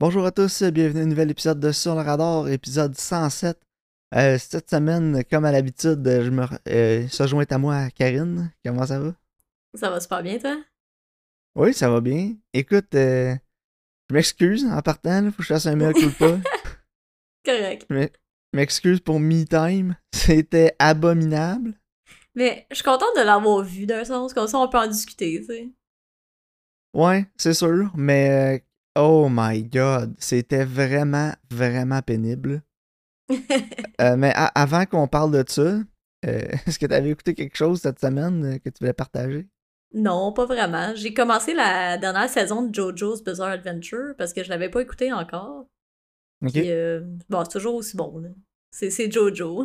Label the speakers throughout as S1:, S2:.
S1: Bonjour à tous, bienvenue à un nouvel épisode de Sur le Radar, épisode 107. Euh, cette semaine, comme à l'habitude, je me re- euh, se joint à moi Karine. Comment ça va?
S2: Ça va super bien, toi?
S1: Oui, ça va bien. Écoute, euh, je m'excuse en partant, là, faut que je fasse un mail ou pas.
S2: Correct.
S1: Je m'excuse pour Me-Time, c'était abominable.
S2: Mais je suis contente de l'avoir vu d'un sens, comme ça on peut en discuter, tu sais.
S1: Ouais, c'est sûr, mais euh, oh my god, c'était vraiment, vraiment pénible. Euh, mais a- avant qu'on parle de ça, euh, est-ce que tu avais écouté quelque chose cette semaine euh, que tu voulais partager?
S2: non, pas vraiment. J'ai commencé la dernière saison de JoJo's Bizarre Adventure parce que je l'avais pas écouté encore.
S1: Ok,
S2: Puis, euh, bon, c'est toujours aussi bon, là. C'est, c'est JoJo.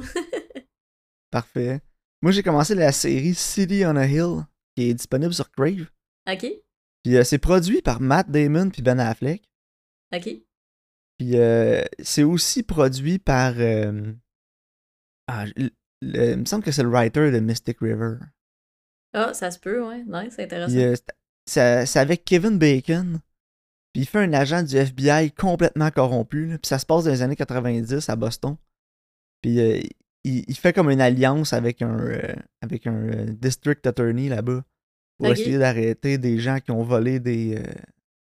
S1: parfait. Moi, j'ai commencé la série City on a Hill, qui est disponible sur Crave.
S2: ok?
S1: Puis euh, c'est produit par Matt Damon puis Ben Affleck.
S2: Ok?
S1: Puis euh, c'est aussi produit par. euh, ah, je- le- le- il me semble que c'est le writer de Mystic River.
S2: Ah, ça se peut, ouais. Nice, c'est intéressant.
S1: Puis, euh, c'est- c'est c'est avec Kevin Bacon. Puis il fait un agent du FBI complètement corrompu. là. Puis ça se passe dans les années 90 à Boston. Puis euh, il, il fait comme une alliance avec un, euh, avec un euh, district attorney là-bas pour
S2: Ok.
S1: essayer d'arrêter des gens qui ont volé des,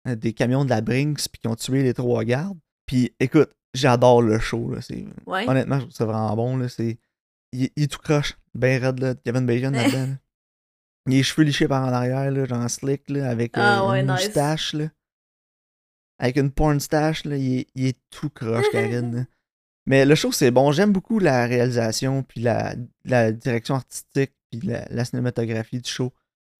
S1: euh, des camions de la Brinks puis qui ont tué les trois gardes. Puis écoute, j'adore le show. là. C'est-
S2: Ouais.
S1: Honnêtement, je trouve ça vraiment bon. Là. C'est... Il, il est tout croche. Ben raide, là, Kevin Bacon là-dedans. là. Il a les cheveux lichés par en arrière, là, genre slick, là, avec euh,
S2: Ah ouais,
S1: une
S2: nice.
S1: moustache. Là. Avec une porn stache, là, il, est, il est tout croche, Karine. là. Mais le show, c'est bon. J'aime beaucoup la réalisation, puis la, la direction artistique, puis la, la cinématographie du show.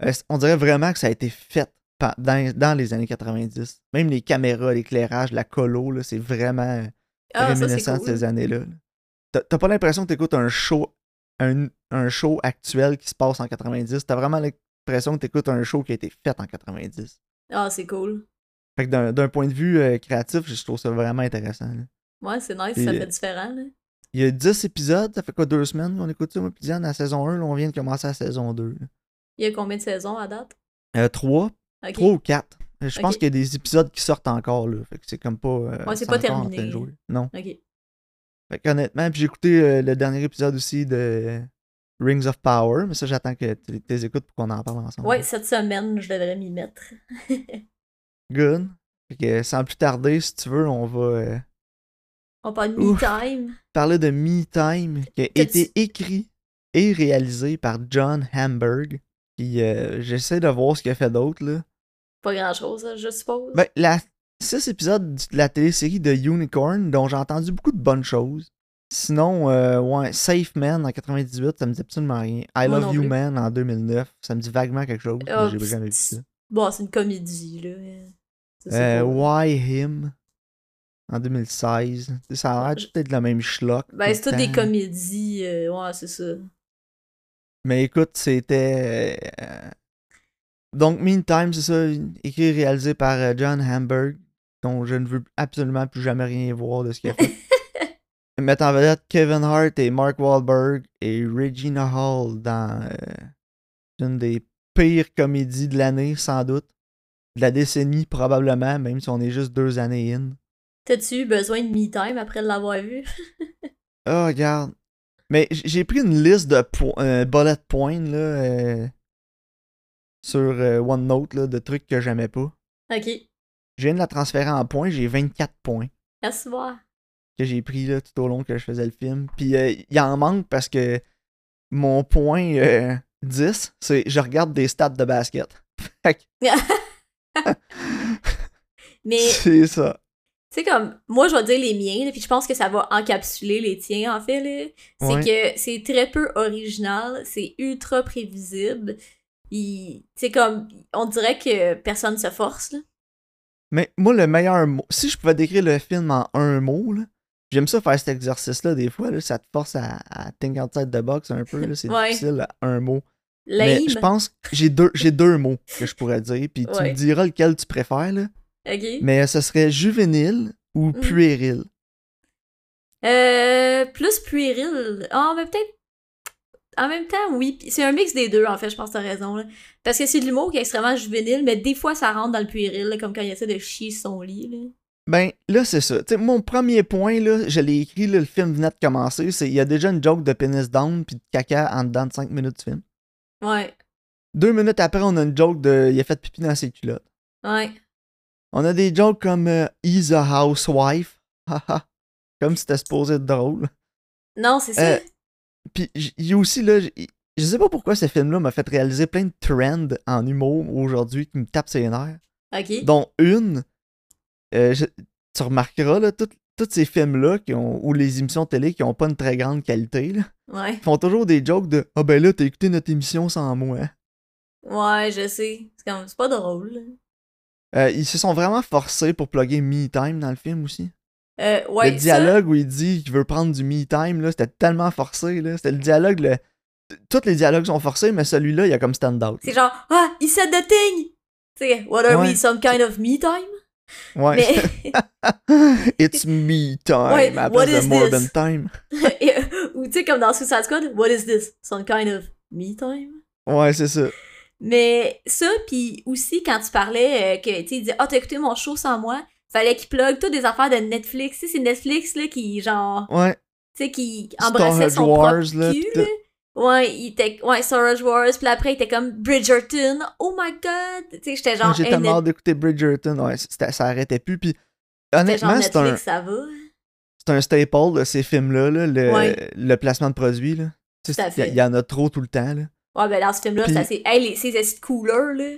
S1: Euh, c- on dirait vraiment que ça a été fait pa- dans, dans les années 90. Même les caméras, l'éclairage, la colo, là, c'est vraiment euh,
S2: Ah, ça, c'est
S1: réminiscent de
S2: cool.
S1: ces années-là. T'as- T'as pas l'impression que t'écoutes un show, un, un show actuel qui se passe en 90. T'as vraiment l'impression que t'écoutes un show qui a été fait en 90.
S2: Ah, c'est cool.
S1: Fait que d'un- d'un point de vue euh, créatif, je trouve ça vraiment intéressant. là.
S2: Ouais, c'est nice,
S1: Puis,
S2: ça
S1: euh,
S2: fait différent, là.
S1: Il y a 10 épisodes, ça fait quoi, deux semaines qu'on écoute ça, moi, puis Diane, la saison 1, là, on vient de commencer la saison 2.
S2: Il y a combien de saisons à date?
S1: Euh, 3,
S2: Ok.
S1: 3 ou 4. Je pense
S2: Ok.
S1: qu'il y a des épisodes qui sortent encore, là. Fait que c'est comme pas. euh,
S2: Ouais, c'est pas
S1: encore en train de
S2: terminé.
S1: jouer. Non.
S2: Ok.
S1: Fait qu'honnêtement, puis j'ai écouté euh, le dernier épisode aussi de Rings of Power, mais ça, j'attends que tu tu les écoutes pour qu'on en parle ensemble.
S2: Ouais, cette semaine, je devrais m'y mettre.
S1: Good. Fait que sans plus tarder, si tu veux, on va euh,
S2: On parle de
S1: Ouf.
S2: me-time.
S1: parler de Me Time, qui a
S2: T'as-tu-
S1: été écrit et réalisé par John Hamburg. Puis euh, j'essaie de voir ce qu'il a fait d'autre, là.
S2: Pas grand chose, je suppose.
S1: Ben, la six épisodes du- de la télésérie de Unicorn, dont j'ai entendu beaucoup de bonnes choses. Sinon, euh, ouais, Safe Man en 98, ça me dit absolument rien. I
S2: Moi non
S1: Love You
S2: plus.
S1: Man en 2009, ça me dit vaguement quelque chose,
S2: Ah,
S1: mais j'ai
S2: pff,
S1: jamais vu ça.
S2: Bon, c'est une comédie, là. hein. Ça, c'est
S1: Euh,
S2: pas-
S1: Why Him en 2016. Tu sais, Ça a l'air
S2: Je-
S1: peut-être le même schlock.
S2: Ben, c'est toutes des
S1: comédies.
S2: comédies. euh, ouais, c'est ça.
S1: Mais écoute, c'était. euh, euh, Donc, Meantime, c'est ça, écrit et réalisé par euh, John Hamburg, dont je ne veux absolument plus jamais rien voir de ce qu'il a fait. Mettant en vedette Kevin Hart et Mark Wahlberg et Regina Hall dans euh, une des pires comédies de l'année, sans doute. De la décennie, probablement, même si on est juste deux années in.
S2: T'as-tu eu besoin de me-time après de l'avoir vu?
S1: Ah, regarde. Mais j- j'ai pris une liste de po- euh, bullet points là, euh, sur euh, OneNote là, de trucs que j'aimais pas.
S2: ok.
S1: Je viens de la transférer en points, j'ai 24 points
S2: À se voir.
S1: que j'ai pris là, tout au long que je faisais le film. Puis euh, il en manque parce que mon point euh, 10, c'est je regarde des stats de basket. Fait que
S2: Mais, tu
S1: c'est ça.
S2: sais, comme, moi, je vais dire les miens, là, puis je pense que ça va encapsuler les tiens, en fait, là. C'est
S1: Ouais.
S2: que c'est très peu original, c'est ultra prévisible. Puis, tu sais, comme, on dirait que personne se force, là.
S1: Mais moi, le meilleur mot, si je pouvais décrire le film en un mot, là, j'aime ça faire cet exercice-là des fois. là, ça te force à, à think outside the box un peu. là, c'est
S2: Ouais.
S1: difficile, là, un mot.
S2: Lame.
S1: Mais je pense que j'ai deux, j'ai deux mots que je pourrais dire, puis tu
S2: Ouais.
S1: me diras lequel tu préfères, là.
S2: Ok.
S1: mais ce serait juvénile ou puéril.
S2: Euh, plus puéril. Ah, mais peut-être. En même temps, oui. Puis C'est un mix des deux, en fait, je pense que t'as raison. Là. Parce que c'est de l'humour qui est extrêmement juvénile, mais des fois, ça rentre dans le puéril, là, comme quand il essaie de chier sur son lit. Là.
S1: Ben, là, c'est ça. Tu sais, mon premier point, là, je l'ai écrit, là, le film venait de commencer. c'est Il y a déjà une joke de penis down puis de caca en dedans de 5 minutes du film.
S2: Ouais,
S1: Deux minutes après, on a une joke de il a fait pipi dans ses culottes.
S2: ouais.
S1: On a des jokes comme euh, He's a housewife. Haha. comme c'était supposé être drôle.
S2: Non, c'est ça.
S1: Euh, Puis j- il y a aussi, là, j- je sais pas pourquoi ce film-là m'a fait réaliser plein de trends en humour aujourd'hui qui me tapent ses nerfs.
S2: ok.
S1: dont une, euh, je- tu remarqueras, là, tout- tous ces films-là qui ont- ou les émissions de télé qui ont pas une très grande qualité, là,
S2: Ouais,
S1: font toujours des jokes de Ah ben là, t'as écouté notre émission sans moi. hein.
S2: ouais, je sais. C'est comme, c'est pas drôle.
S1: Euh, ils se sont vraiment forcés pour plugger Me Time dans le film aussi.
S2: Euh, ouais,
S1: le
S2: ça-
S1: dialogue où il dit qu'il veut prendre du Me Time, là, c'était tellement forcé. là. C'était le dialogue. Le... t- Tous les dialogues sont forcés, mais celui-là, il y a comme stand-out.
S2: C'est genre, ah, he said the thing! Tu sais, what are
S1: Ouais.
S2: we, some kind of me time?
S1: Ouais.
S2: Mais,
S1: It's Me Time
S2: Ouais,
S1: à la
S2: what
S1: place de
S2: is
S1: More
S2: this?
S1: Than Time.
S2: et, euh, ou tu sais, comme dans Suicide Squad, what is this? Some kind of me time?
S1: Ouais, c'est ça.
S2: Mais ça, puis aussi, quand tu parlais, euh, que, tu sais, il disait, ah, t'as écouté mon show sans moi, fallait qu'il plug toutes des affaires de Netflix. Tu sais, c'est Netflix, là, qui, genre,
S1: Ouais.
S2: tu sais, qui
S1: Star
S2: embrassait son
S1: Wars,
S2: propre
S1: là,
S2: cul,
S1: pis tout.
S2: là. Ouais, il était, ouais, Star Wars, puis après, il était comme Bridgerton, oh my god! Tu sais, j'étais genre,
S1: J'ai
S2: hey,
S1: tellement
S2: Net-
S1: hâte d'écouter Bridgerton. Ouais, c'était- ça arrêtait plus. Puis,
S2: j'étais genre
S1: honnêtement, c'est un,
S2: Netflix, ça va.
S1: c'est un staple de ces films-là, là, le,
S2: Ouais.
S1: le placement de produits. Là. Tu
S2: Tout à
S1: sais, Il y a-
S2: fait.
S1: il y, en a trop tout le temps. Là.
S2: Ouais, ben dans ce film-là,
S1: Puis-
S2: c'est assez. Hey, les, ces estis de couleurs, là.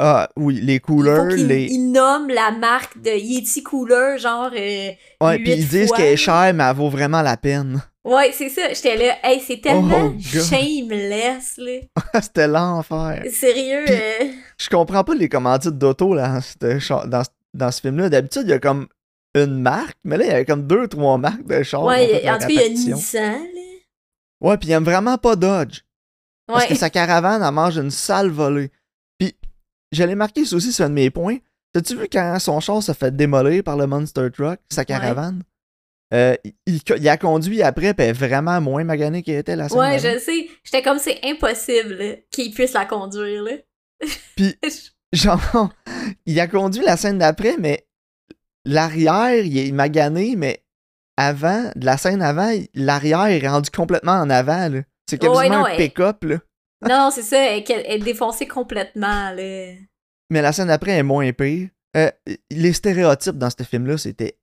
S1: Ah oui, les
S2: il
S1: couleurs,
S2: faut qu'ils
S1: les.
S2: ils nomment la marque de Yeti Couleur, genre. euh,
S1: Ouais,
S2: huit
S1: puis ils disent
S2: fois,
S1: qu'elle
S2: là.
S1: est chère, mais elle vaut vraiment la peine.
S2: Ouais, c'est ça. J'étais là. Hey, c'est tellement
S1: Oh, God.
S2: shameless, là.
S1: c'était l'enfer.
S2: Sérieux.
S1: Puis-
S2: euh,
S1: Je comprends pas les commandites d'auto là, dans, cette cha- dans, ce- dans ce film-là. D'habitude, il y a comme une marque, mais là, il y avait comme deux, trois marques de chars.
S2: ouais,
S1: qui ont fait
S2: en
S1: la
S2: tout cas, il y a
S1: répartition.
S2: Nissan, là.
S1: Ouais, puis il aime vraiment pas Dodge. Parce
S2: Ouais.
S1: que sa caravane, elle mange une sale volée. Puis, j'allais marquer ça aussi, c'est un de mes points. T'as-tu vu quand son char se fait démolir par le Monster Truck, sa caravane? Euh, il- il, co- il a conduit après, puis elle est vraiment moins maganée qu'elle était la semaine
S2: Ouais,
S1: d'avant.
S2: je sais. J'étais comme, c'est impossible là, qu'ils puissent la conduire, là.
S1: Puis- Genre, il a conduit la scène d'après, mais l'arrière, il est magané, mais avant, de la scène avant, il- l'arrière est rendu complètement en avant, là. C'est
S2: Ouais,
S1: quasiment
S2: non,
S1: un
S2: elle-
S1: pick-up, là.
S2: non, c'est ça. Elle, qu'elle- elle est défoncée complètement, là.
S1: Mais la scène d'après est moins pire. Euh, les stéréotypes dans ce film-là, c'était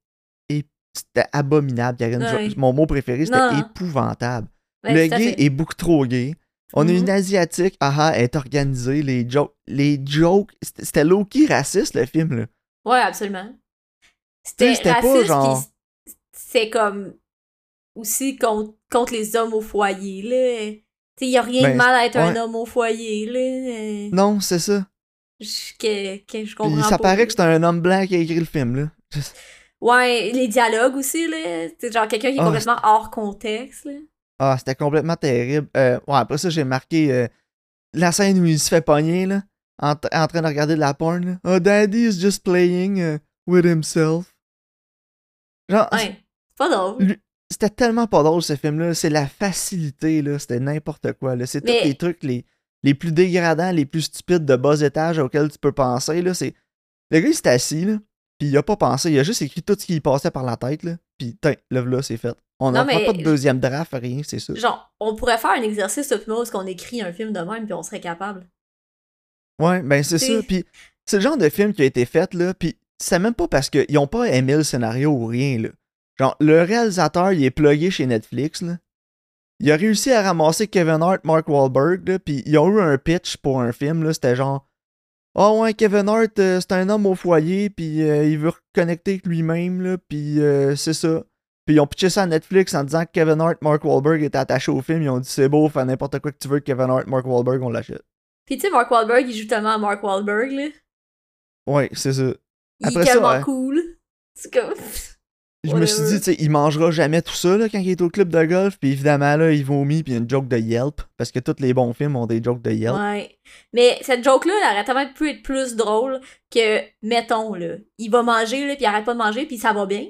S1: é- c'était abominable, Karine.
S2: Ouais.
S1: Je- Mon mot préféré, c'était
S2: Non.
S1: épouvantable.
S2: Ouais,
S1: le
S2: tout à
S1: gay
S2: fait.
S1: est beaucoup trop gay. On a
S2: Mhm.
S1: une asiatique, ah ah, elle est organisée, les jokes. Les jokes, c'était c'était low-key raciste le film. Là.
S2: Ouais, absolument.
S1: Tu
S2: C'était
S1: sais, c'était pas
S2: raciste,
S1: genre-
S2: puis c'est comme aussi contre, contre les hommes au foyer, là. Tu sais, y a rien
S1: Ben,
S2: de mal à être un
S1: ouais.
S2: homme au foyer, là.
S1: Non, c'est ça.
S2: Je, que, que je
S1: Puis
S2: comprends
S1: ça
S2: pas.
S1: paraît que c'est un homme blanc qui a écrit le film. Là.
S2: Ouais, les dialogues aussi, là. C'est genre quelqu'un qui est
S1: Ah,
S2: complètement hors contexte, là.
S1: Ah, c'était complètement terrible. Euh, ouais, après ça, j'ai marqué euh, la scène où il se fait pogner, là, en, t- en train de regarder de la porn. là. Oh, Daddy is just playing euh, with himself. Genre, c-
S2: Ouais, c'est pas drôle.
S1: Lui- c'était tellement pas drôle ce film-là. C'est la facilité, là. C'était n'importe quoi, là. C'est
S2: Mais-
S1: tous les trucs les, les plus dégradants, les plus stupides de bas étage auxquels tu peux penser, là. C'est... Le gars, il s'est assis, là, pis il a pas pensé. Il a juste écrit tout ce qui lui passait par la tête, là. Pis, tiens, le là, c'est fait. On
S2: Non,
S1: n'en fera
S2: mais-
S1: pas de deuxième draft, rien, c'est sûr.
S2: Genre, on pourrait faire un exercice d'optimose qu'on écrit un film de même, puis on serait capable.
S1: Ouais, ben c'est
S2: T'sais.
S1: ça. Puis c'est le genre de film qui a été fait, là. Puis c'est même pas parce qu'ils ont pas aimé le scénario ou rien, là. Genre, le réalisateur, il est plugué chez Netflix, là. Il a réussi à ramasser Kevin Hart, Mark Wahlberg, là. Puis ils ont eu un pitch pour un film, là. C'était genre. Ah ouais, Kevin Hart, euh, c'est un homme au foyer, puis euh, il veut reconnecter avec lui-même, là, puis euh, c'est ça. Puis ils ont pitché ça à Netflix en disant que Kevin Hart, Mark Wahlberg étaient attachés au film. Ils ont dit c'est beau, fais n'importe quoi que tu veux, Kevin Hart, Mark Wahlberg, on l'achète.
S2: Puis tu sais, Mark Wahlberg, il joue tellement à Mark Wahlberg, là.
S1: Ouais, c'est ça.
S2: Il
S1: Après
S2: est
S1: ça,
S2: tellement
S1: ouais.
S2: cool. C'est comme...
S1: Je me suis dit,
S2: Whatever.
S1: tu sais, il mangera jamais tout ça là, quand il est au club de golf. Puis évidemment, là, il vomit, puis il y a une joke de Yelp. Parce que tous les bons films ont des jokes de Yelp.
S2: Ouais. Mais cette joke-là, elle aurait tellement pu être plus drôle que, mettons, là, il va manger, là, puis il arrête pas de manger, puis ça va bien.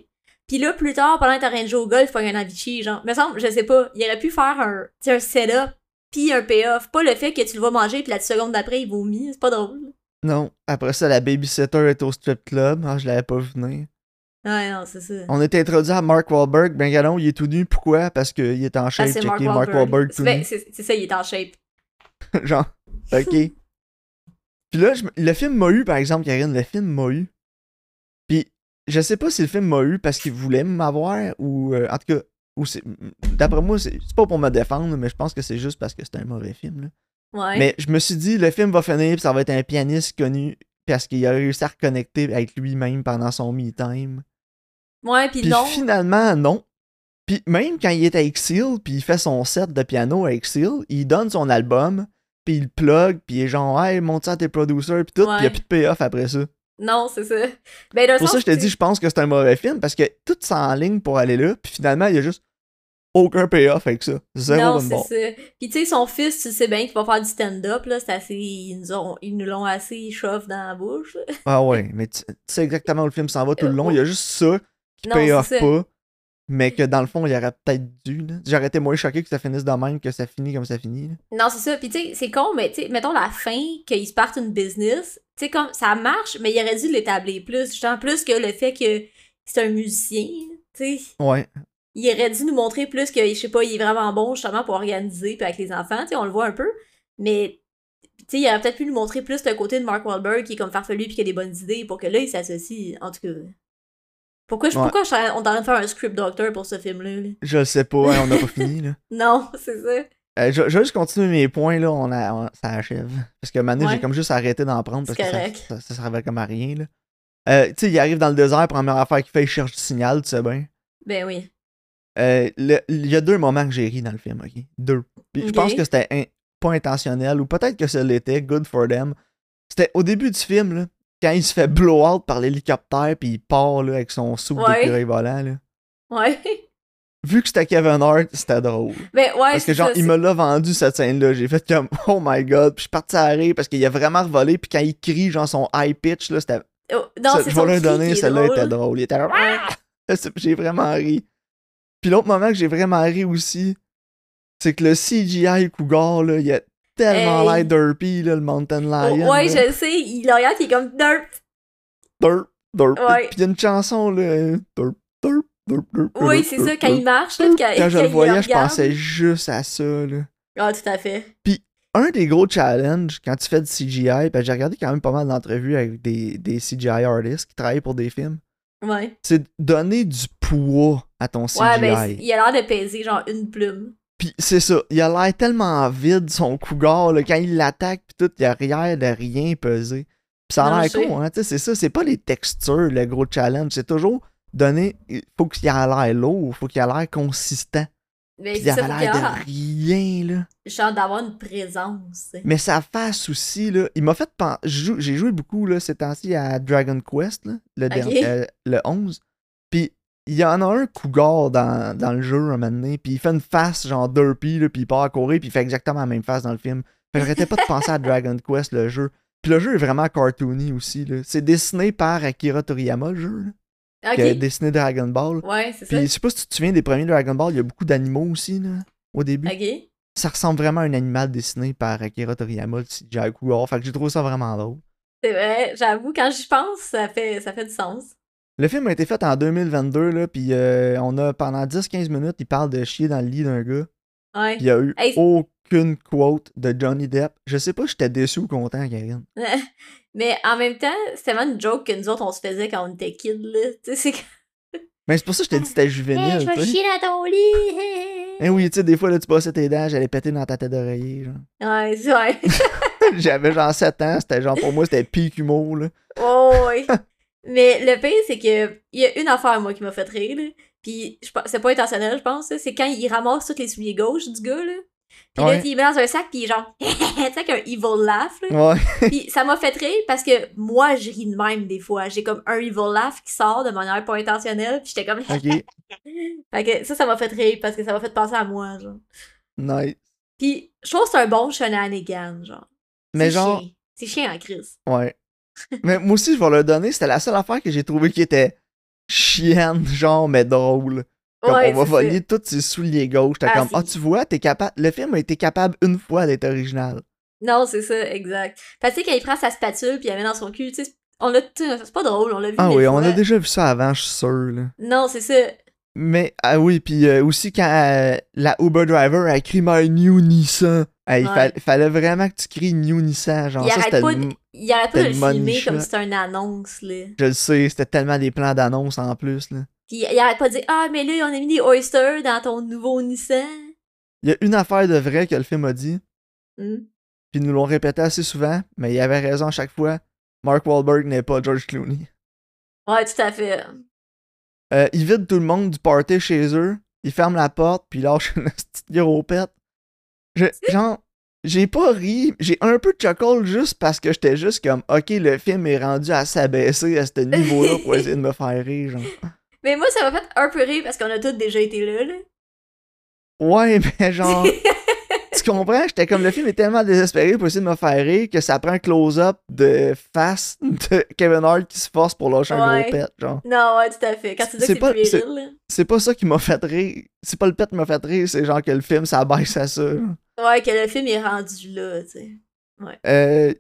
S2: Puis là, plus tard, pendant que t'es en train de jouer au golf, il y a un Avicii, genre. Me semble, je sais pas, il aurait pu faire un, tu sais, un setup, puis un payoff. Pas le fait que tu le vas manger, puis la seconde d'après, il vomit. C'est pas drôle.
S1: Non. Après ça, la babysitter est au strip club. Ah, je l'avais pas vu venir.
S2: Ouais, non, c'est ça.
S1: On est introduit à Mark Wahlberg. Ben, Gallon, il est tout nu. Pourquoi Parce qu'il est en shape.
S2: Parce que c'est Ben,
S1: checker Mark Wahlberg tout
S2: C'est
S1: nu.
S2: c'est- c'est ça, il est en shape.
S1: Genre, ok. Puis là, je me- le film m'a eu, par exemple, Karine, le film m'a eu. Puis je sais pas si le film m'a eu parce qu'il voulait m'avoir ou. euh, en tout cas, ou c'est- d'après moi, c'est c'est pas pour me défendre, mais je pense que c'est juste parce que c'est un mauvais film. là.
S2: Ouais.
S1: Mais je me suis dit, le film va finir, puis ça va être un pianiste connu parce qu'il a réussi à reconnecter avec lui-même pendant son me-time.
S2: ouais, puis
S1: Puis
S2: non.
S1: finalement, non. Puis même quand il est à Exil, puis il fait son set de piano à Exil, il donne son album, puis il le plug, puis il est genre, hey, monte ça à tes producers, puis tout, puis il n'y
S2: Ouais.
S1: a plus de payoff après ça.
S2: Non, c'est ça. Ben, d'un
S1: Pour ça,
S2: sens,
S1: je te
S2: tu-
S1: dis, je pense que c'est un mauvais film, parce que tout s'en ligne pour aller là, puis finalement, il y a juste aucun payoff avec ça. Zéro
S2: Non,
S1: de
S2: c'est
S1: bon.
S2: ça. Puis tu sais, son fils, tu sais bien qu'il va faire du stand-up, là. C'est assez. Ils nous ont- ils nous l'ont assez chauffe dans la bouche, là.
S1: Ah ouais, mais tu, tu sais exactement où le film s'en va tout le long, il y a juste ça qui
S2: Non,
S1: payoff
S2: c'est ça.
S1: pas. Mais que dans le fond, il aurait peut-être dû. là. J'aurais été moins choqué que ça finisse de même que ça finit comme ça finit. là.
S2: Non, c'est ça. Puis tu sais, c'est con, mais tu sais, mettons la fin, qu'ils se partent une business, tu sais, comme ça marche, mais il aurait dû l'établir plus. Justement, plus que le fait que c'est un musicien, tu sais.
S1: Ouais.
S2: Il aurait dû nous montrer plus que, je sais pas, il est vraiment bon justement pour organiser, puis avec les enfants, tu sais, on le voit un peu. Mais, tu sais, il aurait peut-être pu nous montrer plus le côté de Mark Wahlberg qui est comme farfelu puis qui a des bonnes idées pour que là, il s'associe. En tout cas. Pourquoi, je,
S1: Ouais.
S2: pourquoi je serais- on est en train de faire un script doctor pour ce film-là? là?
S1: Je le sais pas, hein, on n'a pas fini là.
S2: Non, c'est ça.
S1: Euh, je, je vais juste continuer mes points là, on a, on- ça achève. Parce que maintenant,
S2: Ouais.
S1: j'ai comme juste arrêté d'en prendre parce
S2: C'est
S1: que ça,
S2: correct.
S1: ça, ça servait comme à rien là. Euh, tu sais, il arrive dans le désert, première affaire qu'il fait, il cherche du signal, tu sais bien.
S2: Ben oui.
S1: Euh, le- Il y a deux moments que j'ai ri dans le film, ok? Deux. Puis je
S2: Ok.
S1: pense que c'était in- pas intentionnel, ou peut-être que ça l'était, good for them. C'était au début du film, là, quand il se fait blow out par l'hélicoptère, puis il part là, avec son soupe
S2: Ouais.
S1: d'écureuil volant. Là.
S2: Ouais.
S1: Vu que c'était Kevin Hart, c'était drôle.
S2: Ben ouais,
S1: Parce que
S2: c'est
S1: genre,
S2: ça,
S1: il
S2: c'est-
S1: me l'a vendu cette scène-là. J'ai fait comme Oh my god. Puis je suis parti à rire parce qu'il a vraiment revolé. Puis quand il crie, genre son high pitch, là, c'était.
S2: Oh, non,
S1: ça-
S2: c'est
S1: je
S2: son
S1: vais
S2: cri
S1: leur donner,
S2: qui est
S1: celle-là
S2: drôle.
S1: était drôle. Il était là,
S2: Ouais.
S1: Ah! C'est- J'ai vraiment ri. Puis l'autre moment que j'ai vraiment ri aussi, c'est que le CGI Cougar, là, il a tellement
S2: Hey.
S1: l'air derpy, là, le Mountain
S2: Oh,
S1: Lion.
S2: ouais,
S1: là.
S2: je le sais, il le regarde, il est comme derp.
S1: Derp, derp.
S2: Ouais.
S1: Puis il y a une chanson, là. Derp, derp, derp, derp.
S2: Oui,
S1: derp,
S2: c'est
S1: derp,
S2: ça, quand
S1: derp.
S2: il marche, là, quand,
S1: Quand je
S2: quand
S1: le
S2: il
S1: voyais, je
S2: regarde.
S1: pensais juste à ça, là.
S2: Ah, tout à fait.
S1: un des gros challenges quand tu fais du CGI, ben j'ai regardé quand même pas mal d'entrevues avec des, des CGI artists qui travaillent pour des films,
S2: Ouais.
S1: c'est de donner du poids à ton CGI.
S2: Ouais, ben, il a l'air de peser, genre, une plume.
S1: Puis c'est ça, il a l'air tellement vide son cougar, là, quand il l'attaque, puis tout, il a l'air de rien peser. Puis ça
S2: Non,
S1: a l'air
S2: je sais.
S1: con, hein, tu sais, c'est ça, c'est pas les textures le gros challenge, c'est toujours donner, faut qu'il ait l'air lourd, faut qu'il ait l'air consistant,
S2: Mais
S1: puis
S2: Ben, c'est
S1: il a
S2: ça, faut qu'il
S1: l'air
S2: a
S1: de rien, là.
S2: genre, d'avoir une présence. tu sais.
S1: Mais sa face aussi, là, il m'a fait penser. J'ai joué beaucoup là, ces temps-ci à Dragon Quest, là, le, dernier-
S2: Ok.
S1: euh, le 11. Puis il y en a un cougar dans, dans le jeu un moment donné. Puis il fait une face genre derpy, là, puis il part à courir, puis il fait exactement la même face dans le film. Fait que j'arrêtais pas de penser à Dragon Quest, le jeu. Puis le jeu est vraiment cartoony aussi. là. C'est dessiné par Akira Toriyama, le jeu, là,
S2: Ok.
S1: qui a dessiné Dragon Ball.
S2: Ouais, c'est ça.
S1: Puis je sais pas si tu te souviens des premiers Dragon Ball, il y a beaucoup d'animaux aussi là, au début
S2: Ok.
S1: ça ressemble vraiment à un animal dessiné par Akira Toriyama, le CGI Cougar. Fait que j'ai trouvé ça vraiment drôle.
S2: C'est vrai, j'avoue, quand j'y pense, ça fait, ça fait du sens.
S1: Le film a été fait en 2022, là, puis euh, on a, pendant 10-15 minutes, il parle de chier dans le lit d'un gars.
S2: Ouais.
S1: Puis il y a eu
S2: Hey.
S1: aucune quote de Johnny Depp. Je sais pas, j'étais déçu ou content, Karine.
S2: Mais en même temps, c'était vraiment une joke que nous autres, on se faisait quand on était kids, là. Tu sais, c'est comme,
S1: Mais c'est pour ça que je t'ai dit que c'était juvénile,
S2: Hey, je
S1: tu
S2: vais
S1: sais.
S2: chier dans ton lit.
S1: Eh oui, tu sais, des fois, là, tu passais tes dents, j'allais péter dans ta tête d'oreiller, genre.
S2: ouais, c'est vrai.
S1: J'avais genre 7 ans, c'était genre, pour moi, c'était pique humour, là.
S2: Oh, oui. Mais le pire, c'est que il y a une affaire, moi, qui m'a fait rire. là. Puis, je pense- c'est pas intentionnel, je pense. là. C'est quand il ramasse tous les souliers gauche du gars, là. Puis là,
S1: Ouais.
S2: il met dans un sac, puis il est genre, tu sais, avec un evil laugh, là.
S1: Ouais.
S2: Puis ça m'a fait rire parce que moi, je ris de même des fois. J'ai comme un evil laugh qui sort de manière pas intentionnelle, puis j'étais comme,
S1: Ok.
S2: Fait que ça, ça m'a fait rire parce que ça m'a fait penser à moi, genre.
S1: Nice.
S2: Puis, je trouve que c'est un bon shenanigan, genre.
S1: Mais
S2: C'est
S1: genre,
S2: chiant. C'est chiant en crise.
S1: Ouais. mais moi aussi, je vais le donner. C'était la seule affaire que j'ai trouvé qui était chienne, genre, mais drôle. Comme
S2: Ouais,
S1: on va
S2: c'est
S1: voler tous ses souliers gauches. T'es
S2: Ah,
S1: comme,
S2: c'est-
S1: ah, tu vois, t'es capable. Le film a été capable une fois d'être original.
S2: Non, c'est ça, exact. Fait que, tu sais, quand il prend sa spatule puis il la met dans son cul, tu sais, On l'a. tu sais, C'est pas drôle, on l'a vu.
S1: Ah
S2: mille
S1: oui, on
S2: fois.
S1: a déjà vu ça avant, je suis sûr. Là.
S2: Non, c'est ça.
S1: Mais, ah oui, puis euh, aussi quand euh, la Uber driver a écrit My New Nissan, eh, il
S2: Ouais.
S1: fa- fallait vraiment que tu cries New Nissan. Genre,
S2: il,
S1: ça,
S2: arrête
S1: c'était
S2: pas
S1: le-
S2: de, il arrête pas de le
S1: tellement
S2: filmer
S1: nichant.
S2: comme si c'était une annonce, là.
S1: Je le sais, c'était tellement des plans d'annonce en plus. Là.
S2: Puis il arrête pas de dire Ah, mais là, on a mis des oysters dans ton nouveau Nissan.
S1: Il y a une affaire de vrai que le film a dit,
S2: Hmm.
S1: puis ils nous l'ont répété assez souvent, mais il avait raison à chaque fois. Mark Wahlberg n'est pas George Clooney.
S2: Ouais, tout à fait.
S1: Euh, il vide tout le monde du party chez eux, il ferme la porte, puis il lâche une petite gros pète. Je- genre, j'ai pas ri, j'ai un peu de chuckle juste parce que j'étais juste comme, ok, le film est rendu à s'abaisser à ce niveau-là pour essayer de me faire rire. Genre.
S2: Mais moi, ça m'a fait un peu rire parce qu'on a tous déjà été là, là.
S1: Ouais, mais genre. tu comprends? J'étais comme le film est tellement désespéré pour essayer de me faire rire que ça prend un close-up de face de Kevin Hart qui se force pour lâcher un
S2: Ouais.
S1: gros pet, genre.
S2: Non, ouais, tout à fait. Quand tu dis que
S1: C'est
S2: c'est
S1: pas-
S2: plus viril,
S1: c'est-
S2: là.
S1: C'est pas ça qui m'a fait rire. C'est pas le pet qui m'a fait rire, c'est genre que le film s'abaisse à ça. genre.
S2: Ouais, que le film est rendu là, tu sais.
S1: Euh,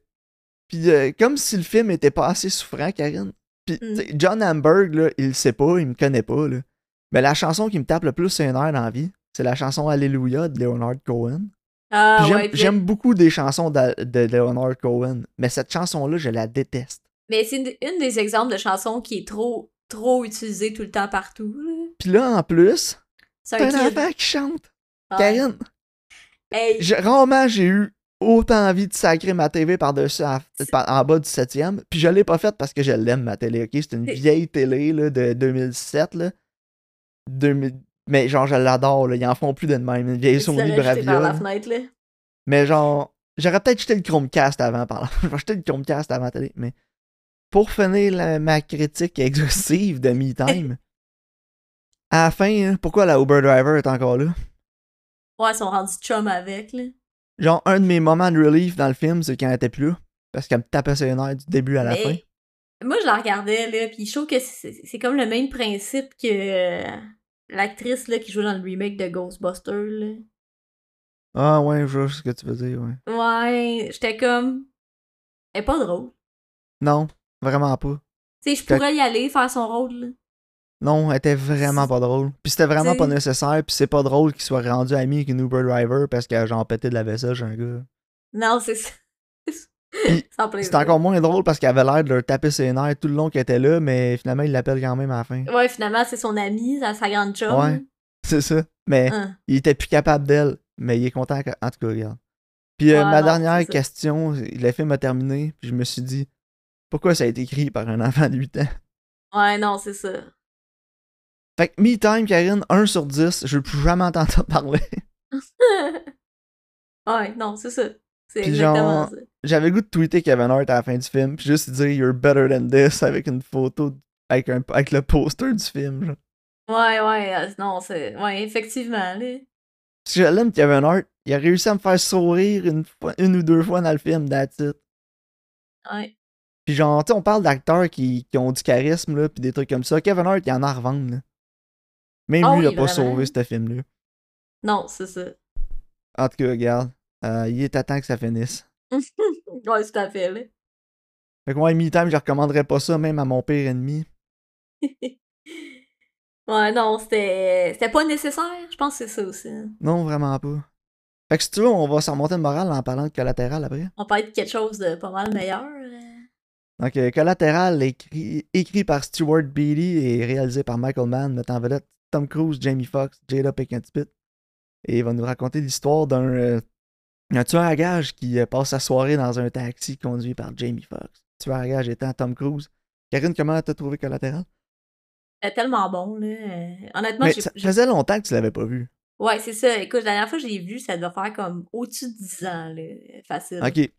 S1: puis euh, comme si le film était pas assez souffrant, Karine. Puis
S2: Mm.
S1: t'sais, John Hamburg, là, il le sait pas, il me connaît pas, là. Mais la chanson qui me tape le plus sur un air dans la vie, c'est la chanson Alléluia de Leonard Cohen.
S2: Ah,
S1: Puis j'aime-
S2: ouais. puis là-
S1: J'aime beaucoup des chansons de, de Leonard Cohen, mais cette chanson-là, je la déteste.
S2: Mais c'est une, une des exemples de chansons qui est trop, trop utilisée tout le temps partout, là.
S1: Puis là, en plus,
S2: C'est
S1: t'as
S2: un
S1: un
S2: cri-
S1: enfant qui chante.
S2: Ouais.
S1: Karine,
S2: Hey,
S1: j'ai- rarement j'ai eu autant envie de sacrer ma TV par-dessus, en-
S2: C'est-
S1: par- en bas du 7e. Puis je l'ai pas faite parce que je l'aime, ma télé, ok? C'est une
S2: C'est-
S1: vieille télé là, de 2007, là. 2000 Mais genre, je l'adore, là. Ils en font plus de même. Une vieille
S2: tu l'aurais
S1: Sony
S2: jeté par
S1: Bravia.
S2: la
S1: là.
S2: fenêtre, là.
S1: Mais genre, j'aurais peut-être jeté le Chromecast avant, par là. J'aurais jeté le Chromecast avant la télé, mais pour finir la- ma critique exhaustive de Me Time, à la fin, hein, pourquoi la Uber Driver est encore là?
S2: Ouais, ils sont rendus chum avec, là.
S1: Genre, un de mes moments de relief dans le film, c'est quand elle était plus là, parce qu'elle me tapait sur les nerfs du début à la
S2: Mais
S1: fin.
S2: Moi, je la regardais, là, puis je trouve que c'est c'est comme le même principe que euh, l'actrice, là, qui joue dans le remake de Ghostbusters, là.
S1: Ah ouais, je vois ce que tu veux dire, ouais.
S2: Ouais, j'étais comme... Elle est pas drôle.
S1: Non, vraiment pas.
S2: Tu sais, je
S1: Fait-
S2: pourrais y aller faire son rôle, là.
S1: Non, elle était vraiment pas drôle. Puis c'était vraiment
S2: C'est-
S1: pas nécessaire, puis c'est pas drôle qu'il soit rendu ami avec une Uber Driver parce qu'elle a genre pété de la vaisselle chez un gars.
S2: Non, c'est ça. Sans plaisir.
S1: C'est encore moins drôle parce qu'il avait l'air de leur taper ses nerfs tout le long qu'elle était là, mais finalement, il l'appelle quand même à la fin.
S2: Ouais, finalement, c'est son ami, sa, sa grande chum.
S1: Ouais. C'est ça. Mais
S2: Hein.
S1: il était plus capable d'elle, mais il est content que- en tout cas, regarde. Puis euh,
S2: Ouais,
S1: ma
S2: Ah, non,
S1: dernière
S2: c'est ça.
S1: question, le film a terminé, puis je me suis dit, pourquoi ça a été écrit par un enfant de 8 ans?
S2: Ouais, non, c'est ça.
S1: Fait que Me Time, Karine, 1 sur 10, je veux plus jamais entendre parler.
S2: ouais, non, c'est ça. C'est
S1: Puis
S2: exactement
S1: genre-
S2: ça.
S1: J'avais le goût de tweeter Kevin Hart à la fin du film, puis juste dire You're better than this avec une photo, avec, un, avec le poster du film. genre.
S2: Ouais, ouais, euh, non, c'est. Ouais, effectivement, là.
S1: Parce que je l'aime, Kevin Hart. Il a réussi à me faire sourire une, fois- une ou deux fois dans le film, that's it.
S2: Ouais.
S1: Puis genre, tu sais, on parle d'acteurs qui, qui ont du charisme, là, puis des trucs comme ça. Kevin Hart, il en a à revendre, là. Même
S2: Ah
S1: lui, il a
S2: oui,
S1: pas
S2: vraiment.
S1: sauvé ce film-là.
S2: Non, c'est ça.
S1: En tout cas, regarde, euh, il est à temps que ça finisse.
S2: Ouais, tout à fait, là.
S1: Fait que moi, Me Time, je recommanderais pas ça, même à mon pire ennemi.
S2: ouais, non, c'était. C'était pas nécessaire. Je pense que c'est ça aussi. hein.
S1: Non, vraiment pas. Fait que si tu veux, on va s'en monter le moral en parlant de Collatéral après.
S2: On peut être quelque chose de pas mal meilleur. euh.
S1: Donc, euh, Collatéral, écrit, écrit par Stuart Beatty et réalisé par Michael Mann, mettant en vedette Tom Cruise, Jamie Foxx, Jada Pinkett Smith. Et il va nous raconter l'histoire d'un euh, d'un tueur à gages qui euh, passe sa soirée dans un taxi conduit par Jamie Foxx. Tueur à gages étant Tom Cruise. Karine, comment t'as trouvé Collatéral?
S2: C'était tellement bon, là. Euh, Honnêtement,
S1: Mais
S2: j'ai-
S1: ça
S2: j'ai-
S1: faisait longtemps que tu l'avais pas vu.
S2: Ouais, c'est ça. Écoute, la dernière fois que j'ai vu, ça devait faire comme au-dessus de 10 ans, là. Facile.
S1: Ok.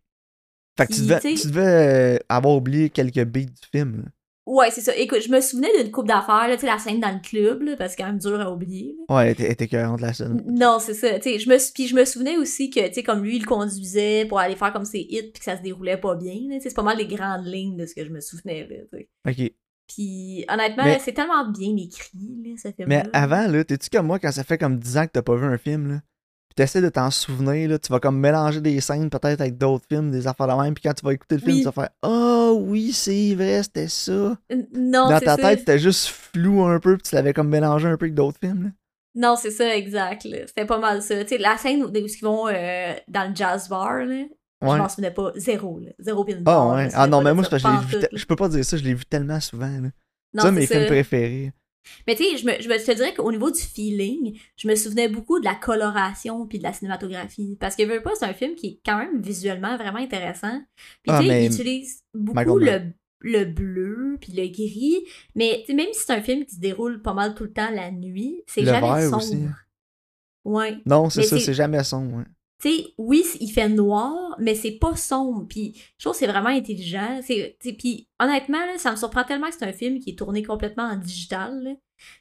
S1: Fait que tu
S2: Puis,
S1: devais,
S2: tu sais-
S1: tu devais, euh, avoir oublié quelques beats du film. là.
S2: Ouais, c'est ça. Écoute, je me souvenais d'une coupe d'affaires, là, tu sais, la scène dans le club, là, parce que c'est quand même dur à oublier. là.
S1: Ouais, elle était- elle était cohérente la scène.
S2: Non, c'est ça. Tu sais, je me, sou- puis je me souvenais aussi que, tu sais, comme lui, il conduisait pour aller faire comme ses hits, puis que ça se déroulait pas bien. là. Tu sais, C'est pas mal les grandes lignes de ce que je me souvenais. Là, tu sais.
S1: Ok.
S2: puis, honnêtement,
S1: Mais-
S2: c'est tellement bien écrit, là, ça fait
S1: Mais avant, là, t'es-tu comme moi quand ça fait comme 10 ans que t'as pas vu un film, là? Pis t'essaies de t'en souvenir, là, tu vas comme mélanger des scènes peut-être avec d'autres films, des affaires de même, puis quand tu vas écouter le film,
S2: Oui.
S1: tu vas faire Ah oh, oui, c'est vrai, c'était ça.
S2: N- Non,
S1: Dans
S2: c'est
S1: ta
S2: ça.
S1: tête, c'était juste flou un peu, puis tu l'avais comme mélangé un peu avec d'autres films. là.
S2: Non, c'est ça, exact. là. C'était pas mal ça. Tu sais, la scène où, où ils vont euh, dans le jazz bar, là,
S1: Ouais.
S2: je m'en souvenais pas. Zéro, là. Zéro pin
S1: Ah ouais. Ah non, mais moi, c'est parce que je l'ai vu. te- Je peux pas dire ça, je l'ai vu tellement souvent. Là. ça, mes films préférés.
S2: Mais tu sais, je, me, je me- je te dirais qu'au niveau du feeling, je me souvenais beaucoup de la coloration puis de la cinématographie. Parce que veux pas, c'est un film qui est quand même visuellement vraiment intéressant. Puis
S1: Ah,
S2: tu sais,
S1: mais-
S2: il utilise beaucoup
S1: Michael
S2: le, le bleu puis le gris. Mais tu sais, même si c'est un film qui se déroule pas mal tout le temps la nuit, c'est
S1: Le
S2: jamais
S1: vert
S2: sombre.
S1: aussi.
S2: Ouais.
S1: Non, c'est
S2: Mais
S1: ça,
S2: c'est-
S1: c'est jamais sombre. ouais.
S2: Tu sais, oui, c- il fait noir, mais c'est pas sombre. Puis je trouve que c'est vraiment intelligent. C'est, tu sais, puis honnêtement, là, ça me surprend tellement que c'est un film qui est tourné complètement en digital. là.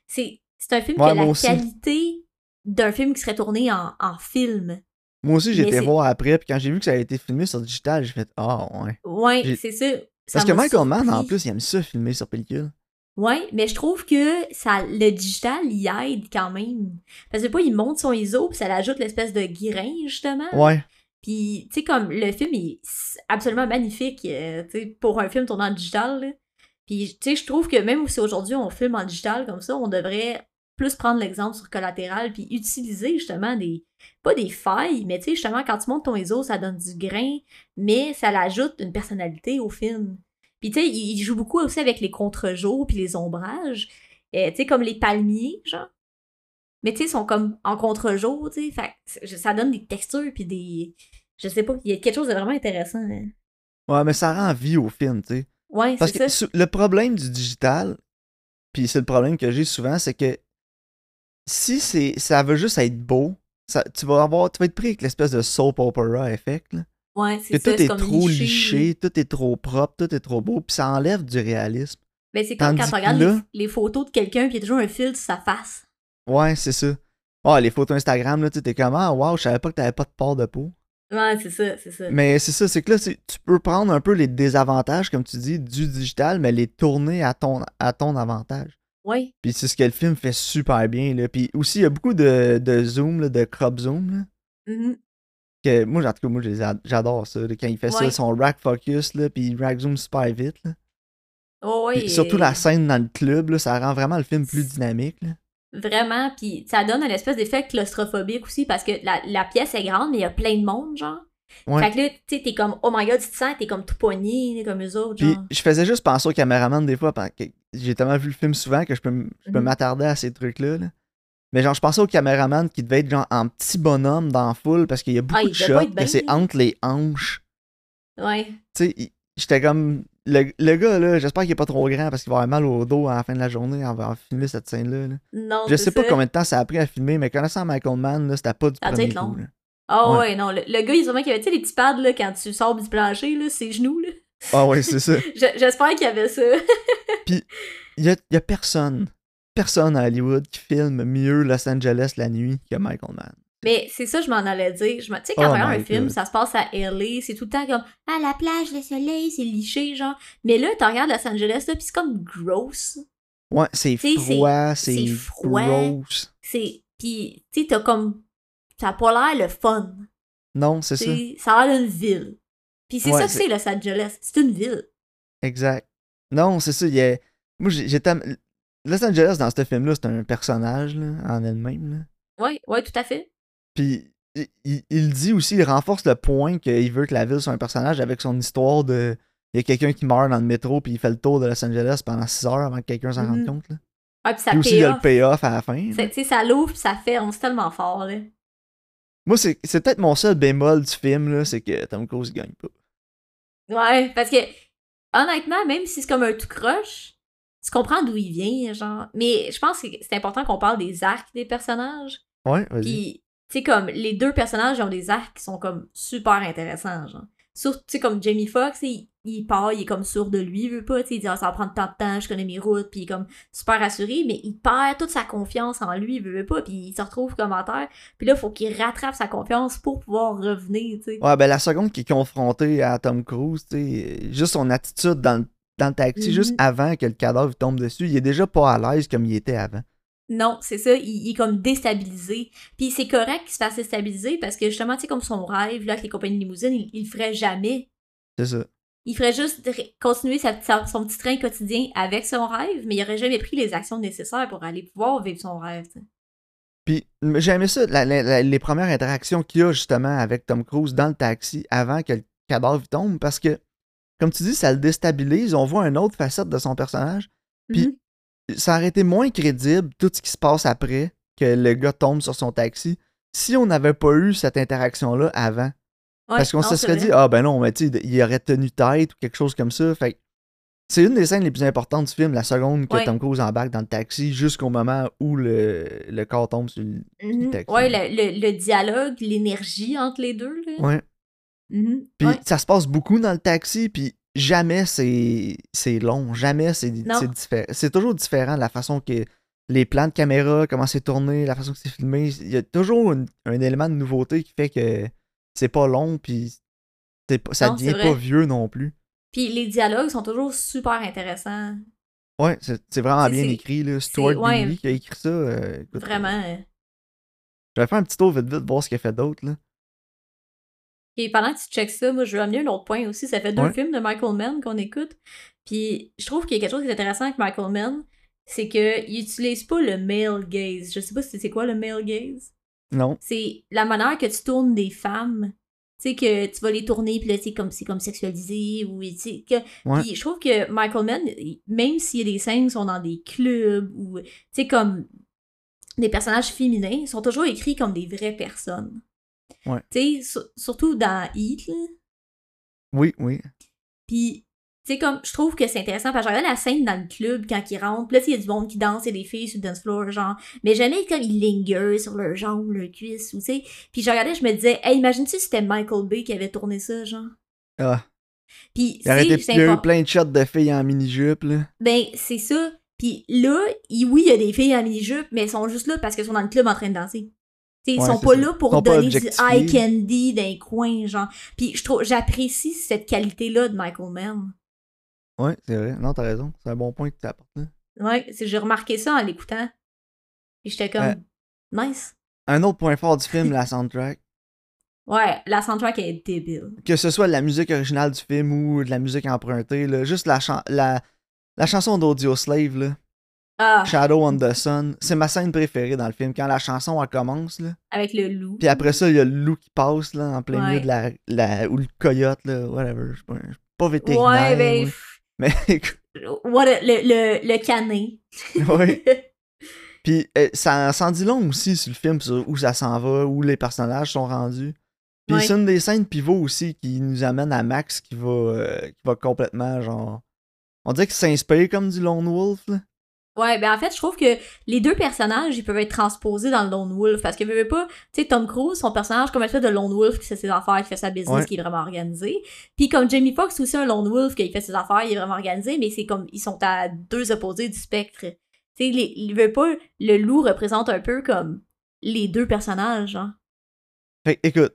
S2: C'est, c'est un film
S1: Ouais,
S2: qui a
S1: moi
S2: la
S1: aussi.
S2: qualité d'un film qui serait tourné en, en film.
S1: Moi aussi,
S2: Mais
S1: j'étais
S2: c'est-
S1: voir après, puis quand j'ai vu que ça a été filmé sur digital, j'ai fait Ah ouais.
S2: Ouais,
S1: J'ai-
S2: c'est ça. Ça
S1: Parce que
S2: m'a
S1: Michael Mann, en
S2: surpris.
S1: plus, il aime ça filmer sur pellicule.
S2: Ouais, mais je trouve que ça, le digital, il aide quand même. Parce que pas, il monte son ISO, puis ça l'ajoute l'espèce de grain, justement.
S1: Ouais.
S2: Puis, tu sais, comme le film est s- absolument magnifique, euh, tu sais, pour un film tourné en digital. là. Puis, tu sais, je trouve que même si aujourd'hui on filme en digital comme ça, on devrait plus prendre l'exemple sur collatéral, puis utiliser justement des. pas des failles, mais tu sais, justement, quand tu montes ton ISO, ça donne du grain, mais ça l'ajoute une personnalité au film. Puis, tu sais, il il joue beaucoup aussi avec les contre-jours, puis les ombrages, Euh, tu sais, comme les palmiers, genre. Mais tu sais, ils sont comme en contre-jour, tu sais. Fait que ça donne des textures, puis des je sais pas, il y a quelque chose de vraiment intéressant. hein.
S1: Ouais, mais ça rend vie au film, tu sais.
S2: Ouais,
S1: Parce
S2: c'est
S1: que
S2: ça.
S1: sou- le problème du digital, puis c'est le problème que j'ai souvent, c'est que si c'est ça veut juste être beau, ça- tu vas avoir tu vas être pris avec l'espèce de soap opera effect là,
S2: Ouais,
S1: que
S2: c'est ça.
S1: tout
S2: c'est
S1: est
S2: comme
S1: trop liché, tout est trop propre, tout est trop beau, puis ça enlève du réalisme.
S2: Mais Ben, c'est comme quand
S1: Tandis
S2: tu regardes
S1: que là-
S2: les, les photos de quelqu'un puis il y a toujours un fil sur sa face.
S1: Ouais, c'est ça. Ah, les photos Instagram là, tu sais, t'es comme ah wow, je savais pas que t'avais pas de port de peau.
S2: Ouais, c'est ça, c'est ça.
S1: Mais c'est ça, c'est que là c'est- tu peux prendre un peu les désavantages comme tu dis du digital, mais les tourner à ton à ton avantage.
S2: Ouais.
S1: Puis c'est ce que le film fait super bien. Là. Puis aussi, il y a beaucoup de, de zoom, là, de crop zoom. Là,
S2: Mhm.
S1: que moi, en tout cas, moi, je les ad- j'adore ça. là, quand il fait
S2: Ouais.
S1: ça, son rack focus, là, puis il rack zoom super vite. là.
S2: Oh, ouais,
S1: Puis surtout
S2: et-
S1: la scène dans le club, là, ça rend vraiment le film plus dynamique. là.
S2: euh, Vraiment, puis ça donne un espèce d'effet claustrophobique aussi parce que la, la pièce est grande, mais il y a plein de monde, genre.
S1: Ouais.
S2: Fait que là, tu sais, t'es comme, oh my god, tu te sens, t'es comme tout poigné, comme eux autres,
S1: Puis
S2: genre.
S1: je faisais juste penser au caméraman des fois, parce que j'ai tellement vu le film souvent que je peux, m- je peux
S2: Mhm.
S1: m'attarder à ces trucs-là. là. Mais genre, je pensais au caméraman qui devait être genre en petit bonhomme dans la foule parce qu'il y a beaucoup
S2: Ah,
S1: de
S2: il devait pas
S1: shots,
S2: être
S1: que
S2: bien,
S1: c'est
S2: là.
S1: entre les hanches.
S2: Ouais.
S1: tu sais, il- j'étais comme. Le, le gars, là, j'espère qu'il est pas trop grand parce qu'il va avoir mal au dos à la fin de la journée en va filmer cette scène-là. là.
S2: Non,
S1: Je
S2: c'est
S1: sais pas
S2: ça.
S1: combien de temps ça a pris à filmer, mais connaissant Michael Mann, là, c'était pas du
S2: Ça a dû
S1: premier
S2: être long.
S1: coup, là.
S2: Ah
S1: Ouais.
S2: ouais. non, le, le gars, il y a sûrement qu'il y avait, tu sais, les petits pads, là, quand tu sors du plancher, là, ses genoux, là.
S1: Ah ouais, c'est ça.
S2: Je- J'espère qu'il y avait ça.
S1: Il y a, il y a personne, personne à Hollywood qui filme mieux Los Angeles la nuit que Michael Mann.
S2: Mais c'est ça, je m'en allais dire. Je me... Tu sais, quand
S1: Oh
S2: on regarde
S1: my
S2: un film,
S1: God.
S2: ça se passe à LA, c'est tout le temps comme à la plage, le soleil, c'est liché, genre. Mais là, tu regardes Los Angeles, là, pis c'est comme gross.
S1: Ouais, c'est
S2: Tu sais, c'est-
S1: froid,
S2: c'est
S1: c'est
S2: froid.
S1: gross.
S2: C'est. Pis, tu sais, t'as comme. Ça a pas l'air le fun.
S1: Non, c'est ça.
S2: C'est- Ça a l'air d'une ville. Pis c'est
S1: Ouais,
S2: ça que
S1: c'est-
S2: c'est, Los Angeles. C'est une ville.
S1: Exact. Non, c'est ça. il y a- Moi, j'ai- j'étais. Los Angeles, dans ce film-là, c'est un personnage là, en elle-même. là.
S2: Ouais, ouais, tout à fait.
S1: Puis il, il- il dit aussi, il renforce le point qu'il veut que la ville soit un personnage avec son histoire de. Il y a quelqu'un qui meurt dans le métro, puis il fait le tour de Los Angeles pendant 6 heures avant que quelqu'un s'en rende
S2: Mhm.
S1: compte. Là.
S2: Ouais, pis ça
S1: Puis aussi, il y a le
S2: paye.
S1: payoff à la fin. là.
S2: Tu sais, ça l'ouvre, pis ça ferme. C'est tellement fort, là.
S1: Moi, c'est c'est peut-être mon seul bémol du film, là, c'est que Tom Cruise il gagne pas.
S2: Ouais, parce que honnêtement, même si c'est comme un tout croche, tu comprends d'où il vient, genre. Mais je pense que c'est important qu'on parle des arcs des personnages.
S1: Ouais, vas-y.
S2: Puis, tu sais, comme les deux personnages ils ont des arcs qui sont comme super intéressants, genre. Surtout, tu sais, comme Jamie Foxx, il, il part, il est comme sûr de lui, il veut pas, tu sais, il dit, Ah, ça va prendre tant de temps, je connais mes routes, puis il est comme super rassuré, mais il perd toute sa confiance en lui, il veut, veut pas, puis il se retrouve comme en terre, puis là, faut qu'il rattrape sa confiance pour pouvoir revenir, tu sais.
S1: Ouais, ben la seconde qui est confrontée à Tom Cruise, tu sais, euh, juste son attitude dans le, dans le taxi,
S2: Mhm.
S1: juste avant que le cadavre tombe dessus, il est déjà pas à l'aise comme il était avant.
S2: Non, c'est ça, il, il est comme déstabilisé. Puis c'est correct qu'il se fasse déstabiliser parce que justement, tu sais, comme son rêve, là, avec les compagnies de limousine, il, il le ferait jamais.
S1: C'est ça.
S2: Il ferait juste ré- continuer sa, sa- son petit train quotidien avec son rêve, mais il aurait jamais pris les actions nécessaires pour aller pouvoir vivre son rêve. tu sais.
S1: Puis mais j'ai aimé ça, la- la- la- les premières interactions qu'il y a justement avec Tom Cruise dans le taxi avant que le cadavre tombe, parce que, comme tu dis, ça le déstabilise, on voit une autre facette de son personnage. Puis-
S2: Mhm.
S1: Ça aurait été moins crédible tout ce qui se passe après que le gars tombe sur son taxi si on n'avait pas eu cette interaction-là avant.
S2: Ouais,
S1: Parce qu'on
S2: non,
S1: se
S2: c'est
S1: serait
S2: vrai.
S1: dit, ah ben non, mais tu sais, il aurait tenu tête ou quelque chose comme ça. Fait que c'est une des scènes les plus importantes du film, la seconde que
S2: Ouais.
S1: Tom Cruise embarque dans le taxi jusqu'au moment où le, le corps tombe sur le.
S2: Mhm.
S1: taxi.
S2: Ouais, le, le- le dialogue, l'énergie entre les deux. Là.
S1: Ouais.
S2: Mhm.
S1: Puis
S2: Ouais.
S1: ça se passe beaucoup dans le taxi, puis jamais c'est c'est long, jamais c'est
S2: Non.
S1: c'est différent. C'est toujours différent la façon que les plans de caméra, comment c'est tourné, la façon que c'est filmé. Il y a toujours une- un élément de nouveauté qui fait que c'est pas long, puis c'est pas- ça
S2: Non, c'est
S1: devient
S2: vrai.
S1: pas vieux non plus.
S2: Puis les dialogues sont toujours super intéressants.
S1: Ouais, c'est c'est vraiment
S2: C'est-
S1: bien
S2: c'est-
S1: écrit. Là.
S2: c'est-
S1: Stuart
S2: ouais.
S1: Bingley qui a écrit ça. euh, écoute,
S2: Vraiment. euh.
S1: Je vais faire un petit tour vite vite, voir ce qu'il a fait d'autre. là.
S2: Et pendant que tu checkes ça, moi, je veux amener un autre point aussi. Ça fait deux
S1: Ouais.
S2: films de Michael Mann qu'on écoute. Puis je trouve qu'il y a quelque chose qui est intéressant avec Michael Mann, c'est qu'il utilise pas le male gaze. Je sais pas si c'est quoi le male gaze.
S1: Non.
S2: C'est la manière que tu tournes des femmes. Tu sais, que tu vas les tourner, puis là, c'est comme, c'est comme sexualisé, ou tu sais, que-
S1: Ouais.
S2: Puis je trouve que Michael Mann, il- même s'il y a des scènes qui sont dans des clubs, ou, tu sais, comme des personnages féminins, ils sont toujours écrits comme des vraies personnes.
S1: Ouais.
S2: Tu sais, sur- surtout dans Heat, là.
S1: Oui, oui.
S2: Puis, tu sais, comme, je trouve que c'est intéressant, parce que j'ai regardé la scène dans le club quand il rentre, puis là, tu sais, il y a du monde qui danse, il y a des filles sur le dance floor, genre, mais jamais, comme, ils lingerent sur leurs jambes, leurs cuisses, ou, tu sais. Puis je regardais, je me disais, hey, imagine-tu si c'était Michael Bay qui avait tourné ça, genre.
S1: Ah.
S2: Puis,
S1: Il, aurait
S2: tu sais,
S1: été-
S2: c'est
S1: il y a eu
S2: important.
S1: plein de shots de filles en mini-jupe. là.
S2: Ben, c'est ça. Puis là, il- oui, il y a des filles en mini-jupe, mais elles sont juste là parce qu'elles sont dans le club en train de danser. T'sais, ils
S1: Ouais,
S2: sont
S1: c'est
S2: pas
S1: ça.
S2: là pour
S1: Ils sont pas
S2: donner du
S1: objectifiés.
S2: eye candy d'un coin, genre. Puis je trouve, j'apprécie cette qualité-là de Michael Mann.
S1: Ouais, c'est vrai. Non, t'as raison. C'est un bon point que tu apportes. là.
S2: Ouais, c'est- j'ai remarqué ça en l'écoutant. Puis j'étais comme,
S1: Ouais.
S2: nice.
S1: Un autre point fort du film, la soundtrack.
S2: Ouais, la soundtrack est débile.
S1: Que ce soit de la musique originale du film ou de la musique empruntée, là, juste la, chan- la, la chanson d'Audio Slave, là,
S2: Ah,
S1: Shadow on the Sun, c'est ma scène préférée dans le film. Quand la chanson elle commence, là,
S2: avec le loup.
S1: puis après ça, il y a le loup qui passe là, en plein
S2: Ouais.
S1: milieu de la, la- ou le coyote, là, whatever. Je suis pas, je suis pas vétérinaire.
S2: ouais, ben,
S1: moi.
S2: pff,
S1: Mais écoute,
S2: what a- le, le, le canet.
S1: ouais. Puis euh, ça s'en dit long aussi sur le film, sur où ça s'en va, où les personnages sont rendus. Puis
S2: Ouais.
S1: c'est une des scènes pivots aussi qui nous amène à Max qui va, euh, qui va complètement genre. On dirait qu'il s'inspire comme du Lone Wolf. Là.
S2: Ouais, ben en fait, je trouve que les deux personnages, ils peuvent être transposés dans le Lone Wolf. Parce que, veux, veux pas, tu sais, Tom Cruise, son personnage, comme une espèce de Lone Wolf qui fait ses affaires, qui fait sa business,
S1: Ouais.
S2: qui est vraiment organisé. Puis comme Jamie Foxx, c'est aussi un Lone Wolf, qui fait ses affaires, il est vraiment organisé, mais c'est comme, ils sont à deux opposés du spectre. Tu sais, les- il veut pas, le loup représente un peu comme les deux personnages, hein.
S1: Fait que, écoute,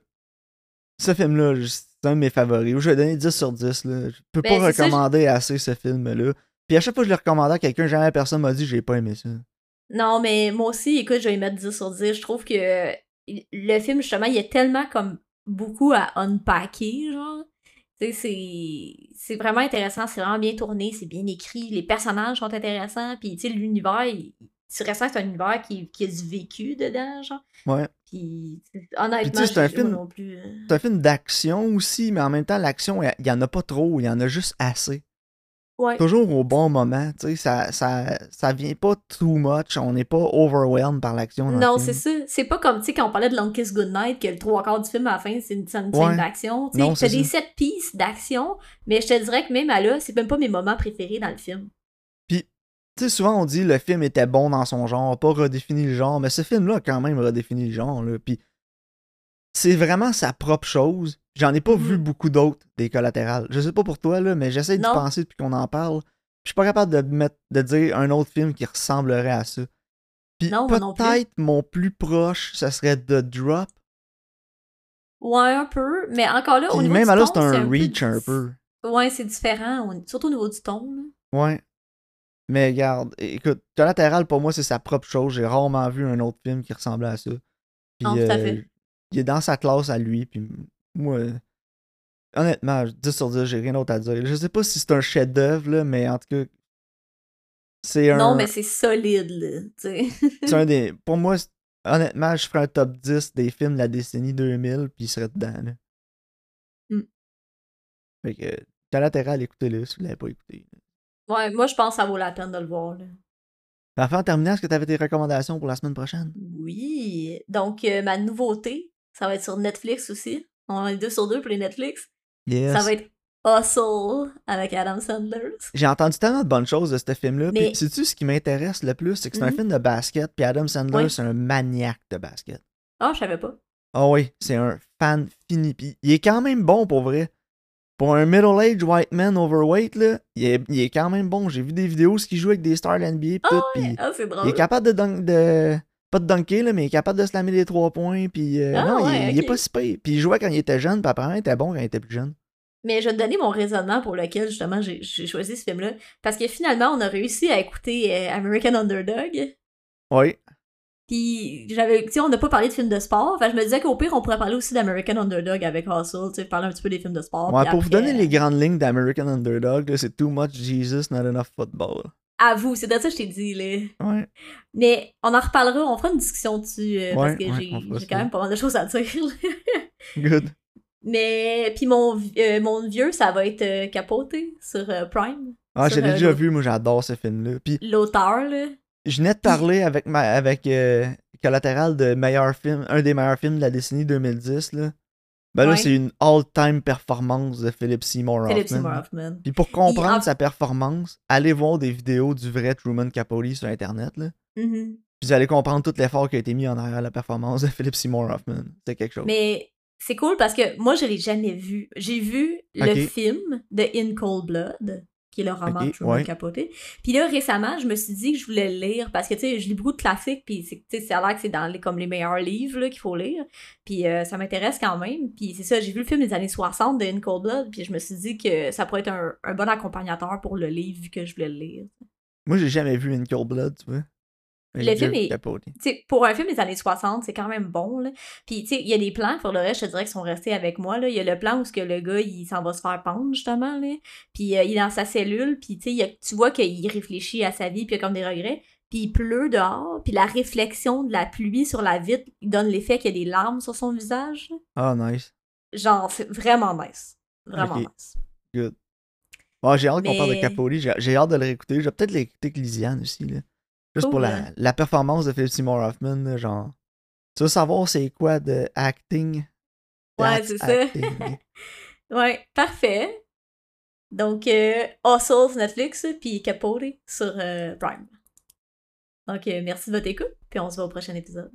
S1: ce film-là, je- c'est un de mes favoris. Je vais donner 10 sur 10. Là. Je peux
S2: Ben,
S1: pas
S2: c'est ça,
S1: recommander assez ce film-là. Puis à chaque fois que je le recommandais à quelqu'un, jamais personne m'a dit j'ai pas aimé ça.
S2: Non, mais moi aussi, écoute, je vais y mettre 10 sur 10. Je trouve que euh, le film, justement, il y a tellement comme beaucoup à unpacker, genre. Tu sais, c'est- c'est vraiment intéressant, c'est vraiment bien tourné, c'est bien écrit, les personnages sont intéressants, puis tu sais, l'univers, il- tu ressens que c'est un univers qui, qui a du vécu dedans, genre.
S1: Ouais.
S2: Puis, honnêtement,
S1: Puis tu sais, c'est un
S2: je-
S1: film-
S2: moi non plus. euh,
S1: C'est un film d'action aussi, mais en même temps, l'action, il y en a pas trop, il y en a juste assez.
S2: Ouais.
S1: toujours au bon moment, tu sais, ça, ça, ça vient pas too much, on n'est pas overwhelmed par l'action. dans le
S2: Non,
S1: film.
S2: c'est ça. C'est pas comme, tu sais, quand on parlait de Long Kiss Goodnight, que le trois quarts du film à la fin, c'est une scène une
S1: Ouais.
S2: scène d'action. Tu
S1: Non,
S2: sais,
S1: c'est
S2: t'as des sept pistes d'action, mais je te dirais que même à là, c'est même pas mes moments préférés dans le film.
S1: Tu sais, souvent on dit le film était bon dans son genre, pas redéfini le genre, mais ce film-là a quand même redéfini le genre, là, puis c'est vraiment sa propre chose. J'en ai pas
S2: Mhm.
S1: vu beaucoup d'autres des collatérales. Je sais pas pour toi, là, mais j'essaie d'y
S2: Non.
S1: penser depuis qu'on en parle. Je suis pas capable de, mettre, de dire un autre film qui ressemblerait à ça. Puis
S2: Non, moi non plus.
S1: peut-être mon plus proche, ça serait The Drop.
S2: Ouais, un peu, mais encore là, au
S1: Puis
S2: niveau
S1: même
S2: du
S1: alors
S2: ton,
S1: c'est un
S2: peu
S1: reach un
S2: dis-
S1: peu.
S2: Ouais, c'est différent, au- surtout au niveau du ton. là.
S1: Ouais. Mais regarde, écoute, Collateral, pour moi, c'est sa propre chose. J'ai rarement vu un autre film qui ressemblait à ça. Puis,
S2: Non, tout à
S1: euh,
S2: fait.
S1: Il est dans sa classe à lui. Puis moi, euh, honnêtement, 10 sur 10, j'ai rien d'autre à dire. Je sais pas si c'est un chef-d'œuvre, là, mais en tout cas, c'est un.
S2: Non, mais c'est solide, là. tu sais.
S1: c'est un des. Pour moi, c'est- honnêtement, je ferais un top 10 des films de la décennie 2000, puis il serait dedans, là.
S2: Mm.
S1: Fait que, Collateral, écoutez-le si vous l'avez pas écouté.
S2: Ouais, moi, je pense que ça vaut la peine de le voir, là.
S1: Enfin, en terminant, est-ce que t'avais tes recommandations pour la semaine prochaine?
S2: Oui. Donc, euh, ma nouveauté, ça va être sur Netflix aussi. On est deux sur deux pour les Netflix.
S1: Yes.
S2: Ça va être Hustle avec Adam Sandler.
S1: J'ai entendu tellement de bonnes choses de ce film-là.
S2: Mais-
S1: Puis, sais-tu ce qui m'intéresse le plus? C'est que c'est un
S2: Mhm.
S1: film de basket, puis Adam Sandler,
S2: Oui.
S1: c'est un maniaque de basket.
S2: Ah, je savais pas.
S1: Ah oui, c'est un fan fini. Puis, il est quand même bon pour vrai. Pour un middle-aged white man overweight, là, il est, il est quand même bon. J'ai vu des vidéos où il joue avec des stars de NBA. pis
S2: Ah
S1: tout,
S2: ouais,
S1: puis
S2: ah, c'est
S1: il est
S2: drôle.
S1: capable de, dunk- de. Pas de dunker, là, mais il est capable de slammer des trois points. Puis, euh,
S2: Ah
S1: non, il,
S2: ouais,
S1: il est
S2: ok.
S1: pas si pire. Puis, il jouait quand il était jeune, puis apparemment, il était bon quand il était plus jeune.
S2: Mais je vais te donner mon raisonnement pour lequel, justement, j'ai j'ai choisi ce film-là. Parce que finalement, on a réussi à écouter euh, American Underdog.
S1: Oui.
S2: Puis, j'avais, tu sais, on n'a pas parlé de films de sport. Enfin, je me disais qu'au pire, on pourrait parler aussi d'American Underdog avec Hustle, tu sais, parler un petit peu des films de sport.
S1: Ouais,
S2: puis
S1: pour vous
S2: après,
S1: donner
S2: euh,
S1: les grandes lignes d'American Underdog, là, c'est Too Much Jesus, Not Enough Football.
S2: À vous, c'est de ça que je t'ai dit, là.
S1: Ouais.
S2: Mais on en reparlera, on fera une discussion dessus, euh, parce
S1: Ouais,
S2: que
S1: ouais,
S2: j'ai-
S1: on fera ça.
S2: j'ai quand même pas mal de choses à dire. là.
S1: Good.
S2: Mais, puis mon, vi- euh, mon vieux, ça va être euh, Capoté sur euh, Prime,
S1: Ah,
S2: Sur,
S1: j'ai
S2: euh,
S1: déjà
S2: l'autre-
S1: vu, moi j'adore ce film-là. Puis
S2: l'auteur, là.
S1: je venais de parler avec ma avec euh, Collateral de meilleur film, un des meilleurs films de la décennie 2010 là. Ben là,
S2: Ouais.
S1: c'est une all-time performance de Philip Seymour Hoffman.
S2: Philip Seymour Hoffman.
S1: Puis pour comprendre
S2: en-
S1: sa performance, allez voir des vidéos du vrai Truman Capote sur internet là.
S2: Mhm.
S1: Puis vous allez comprendre tout l'effort qui a été mis en arrière la performance de Philip Seymour Hoffman. C'est quelque chose.
S2: Mais c'est cool parce que moi, je l'ai jamais vu. J'ai vu
S1: Ok.
S2: le film de In Cold Blood, qui est le roman
S1: Ok,
S2: de Truman
S1: ouais.
S2: Capote. Puis là, récemment, je me suis dit que je voulais le lire parce que, tu sais, je lis beaucoup de classiques, puis c'est- tu sais, ça a l'air que c'est dans les, comme les meilleurs livres là, qu'il faut lire. Puis euh, ça m'intéresse quand même. Puis c'est ça, j'ai vu le film des années 60 de In Cold Blood, puis je me suis dit que ça pourrait être un, un bon accompagnateur pour le livre vu que je voulais le lire.
S1: Moi, j'ai jamais vu In Cold Blood, tu vois. Mais
S2: Le
S1: j'ai déjà
S2: film
S1: vu
S2: est-
S1: Capote.
S2: tu sais, pour un film des années 60, c'est quand même bon, là. Puis, tu sais, il y a des plans, pour le reste, je te dirais, qui sont restés avec moi, là. Il y a le plan où ce que le gars, il s'en va se faire pendre, justement, là. Puis, euh, il est dans sa cellule, puis, tu sais, il y a- tu vois qu'il réfléchit à sa vie, puis il y a comme des regrets. Puis, il pleut dehors, puis la réflexion de la pluie sur la vitre il donne l'effet qu'il y a des larmes sur son visage. là.
S1: Ah, nice.
S2: Genre, c'est vraiment nice. Vraiment
S1: Ok.
S2: nice.
S1: Bon, j'ai hâte qu'on
S2: Mais-
S1: parle de Capoli. J'ai j'ai hâte de le réécouter. Je vais peut-être l'écouter avec Lisiane aussi. Là. Juste pour
S2: Cool,
S1: la,
S2: hein.
S1: la performance de Philip Seymour Hoffman. là, genre, tu veux savoir c'est quoi de acting?
S2: Ouais,
S1: That's
S2: c'est ça.
S1: acting.
S2: Ouais, parfait. Donc, euh, Hustle sur Netflix, puis Capote sur euh, Prime. Donc, euh, merci de votre écoute, puis on se voit au prochain épisode.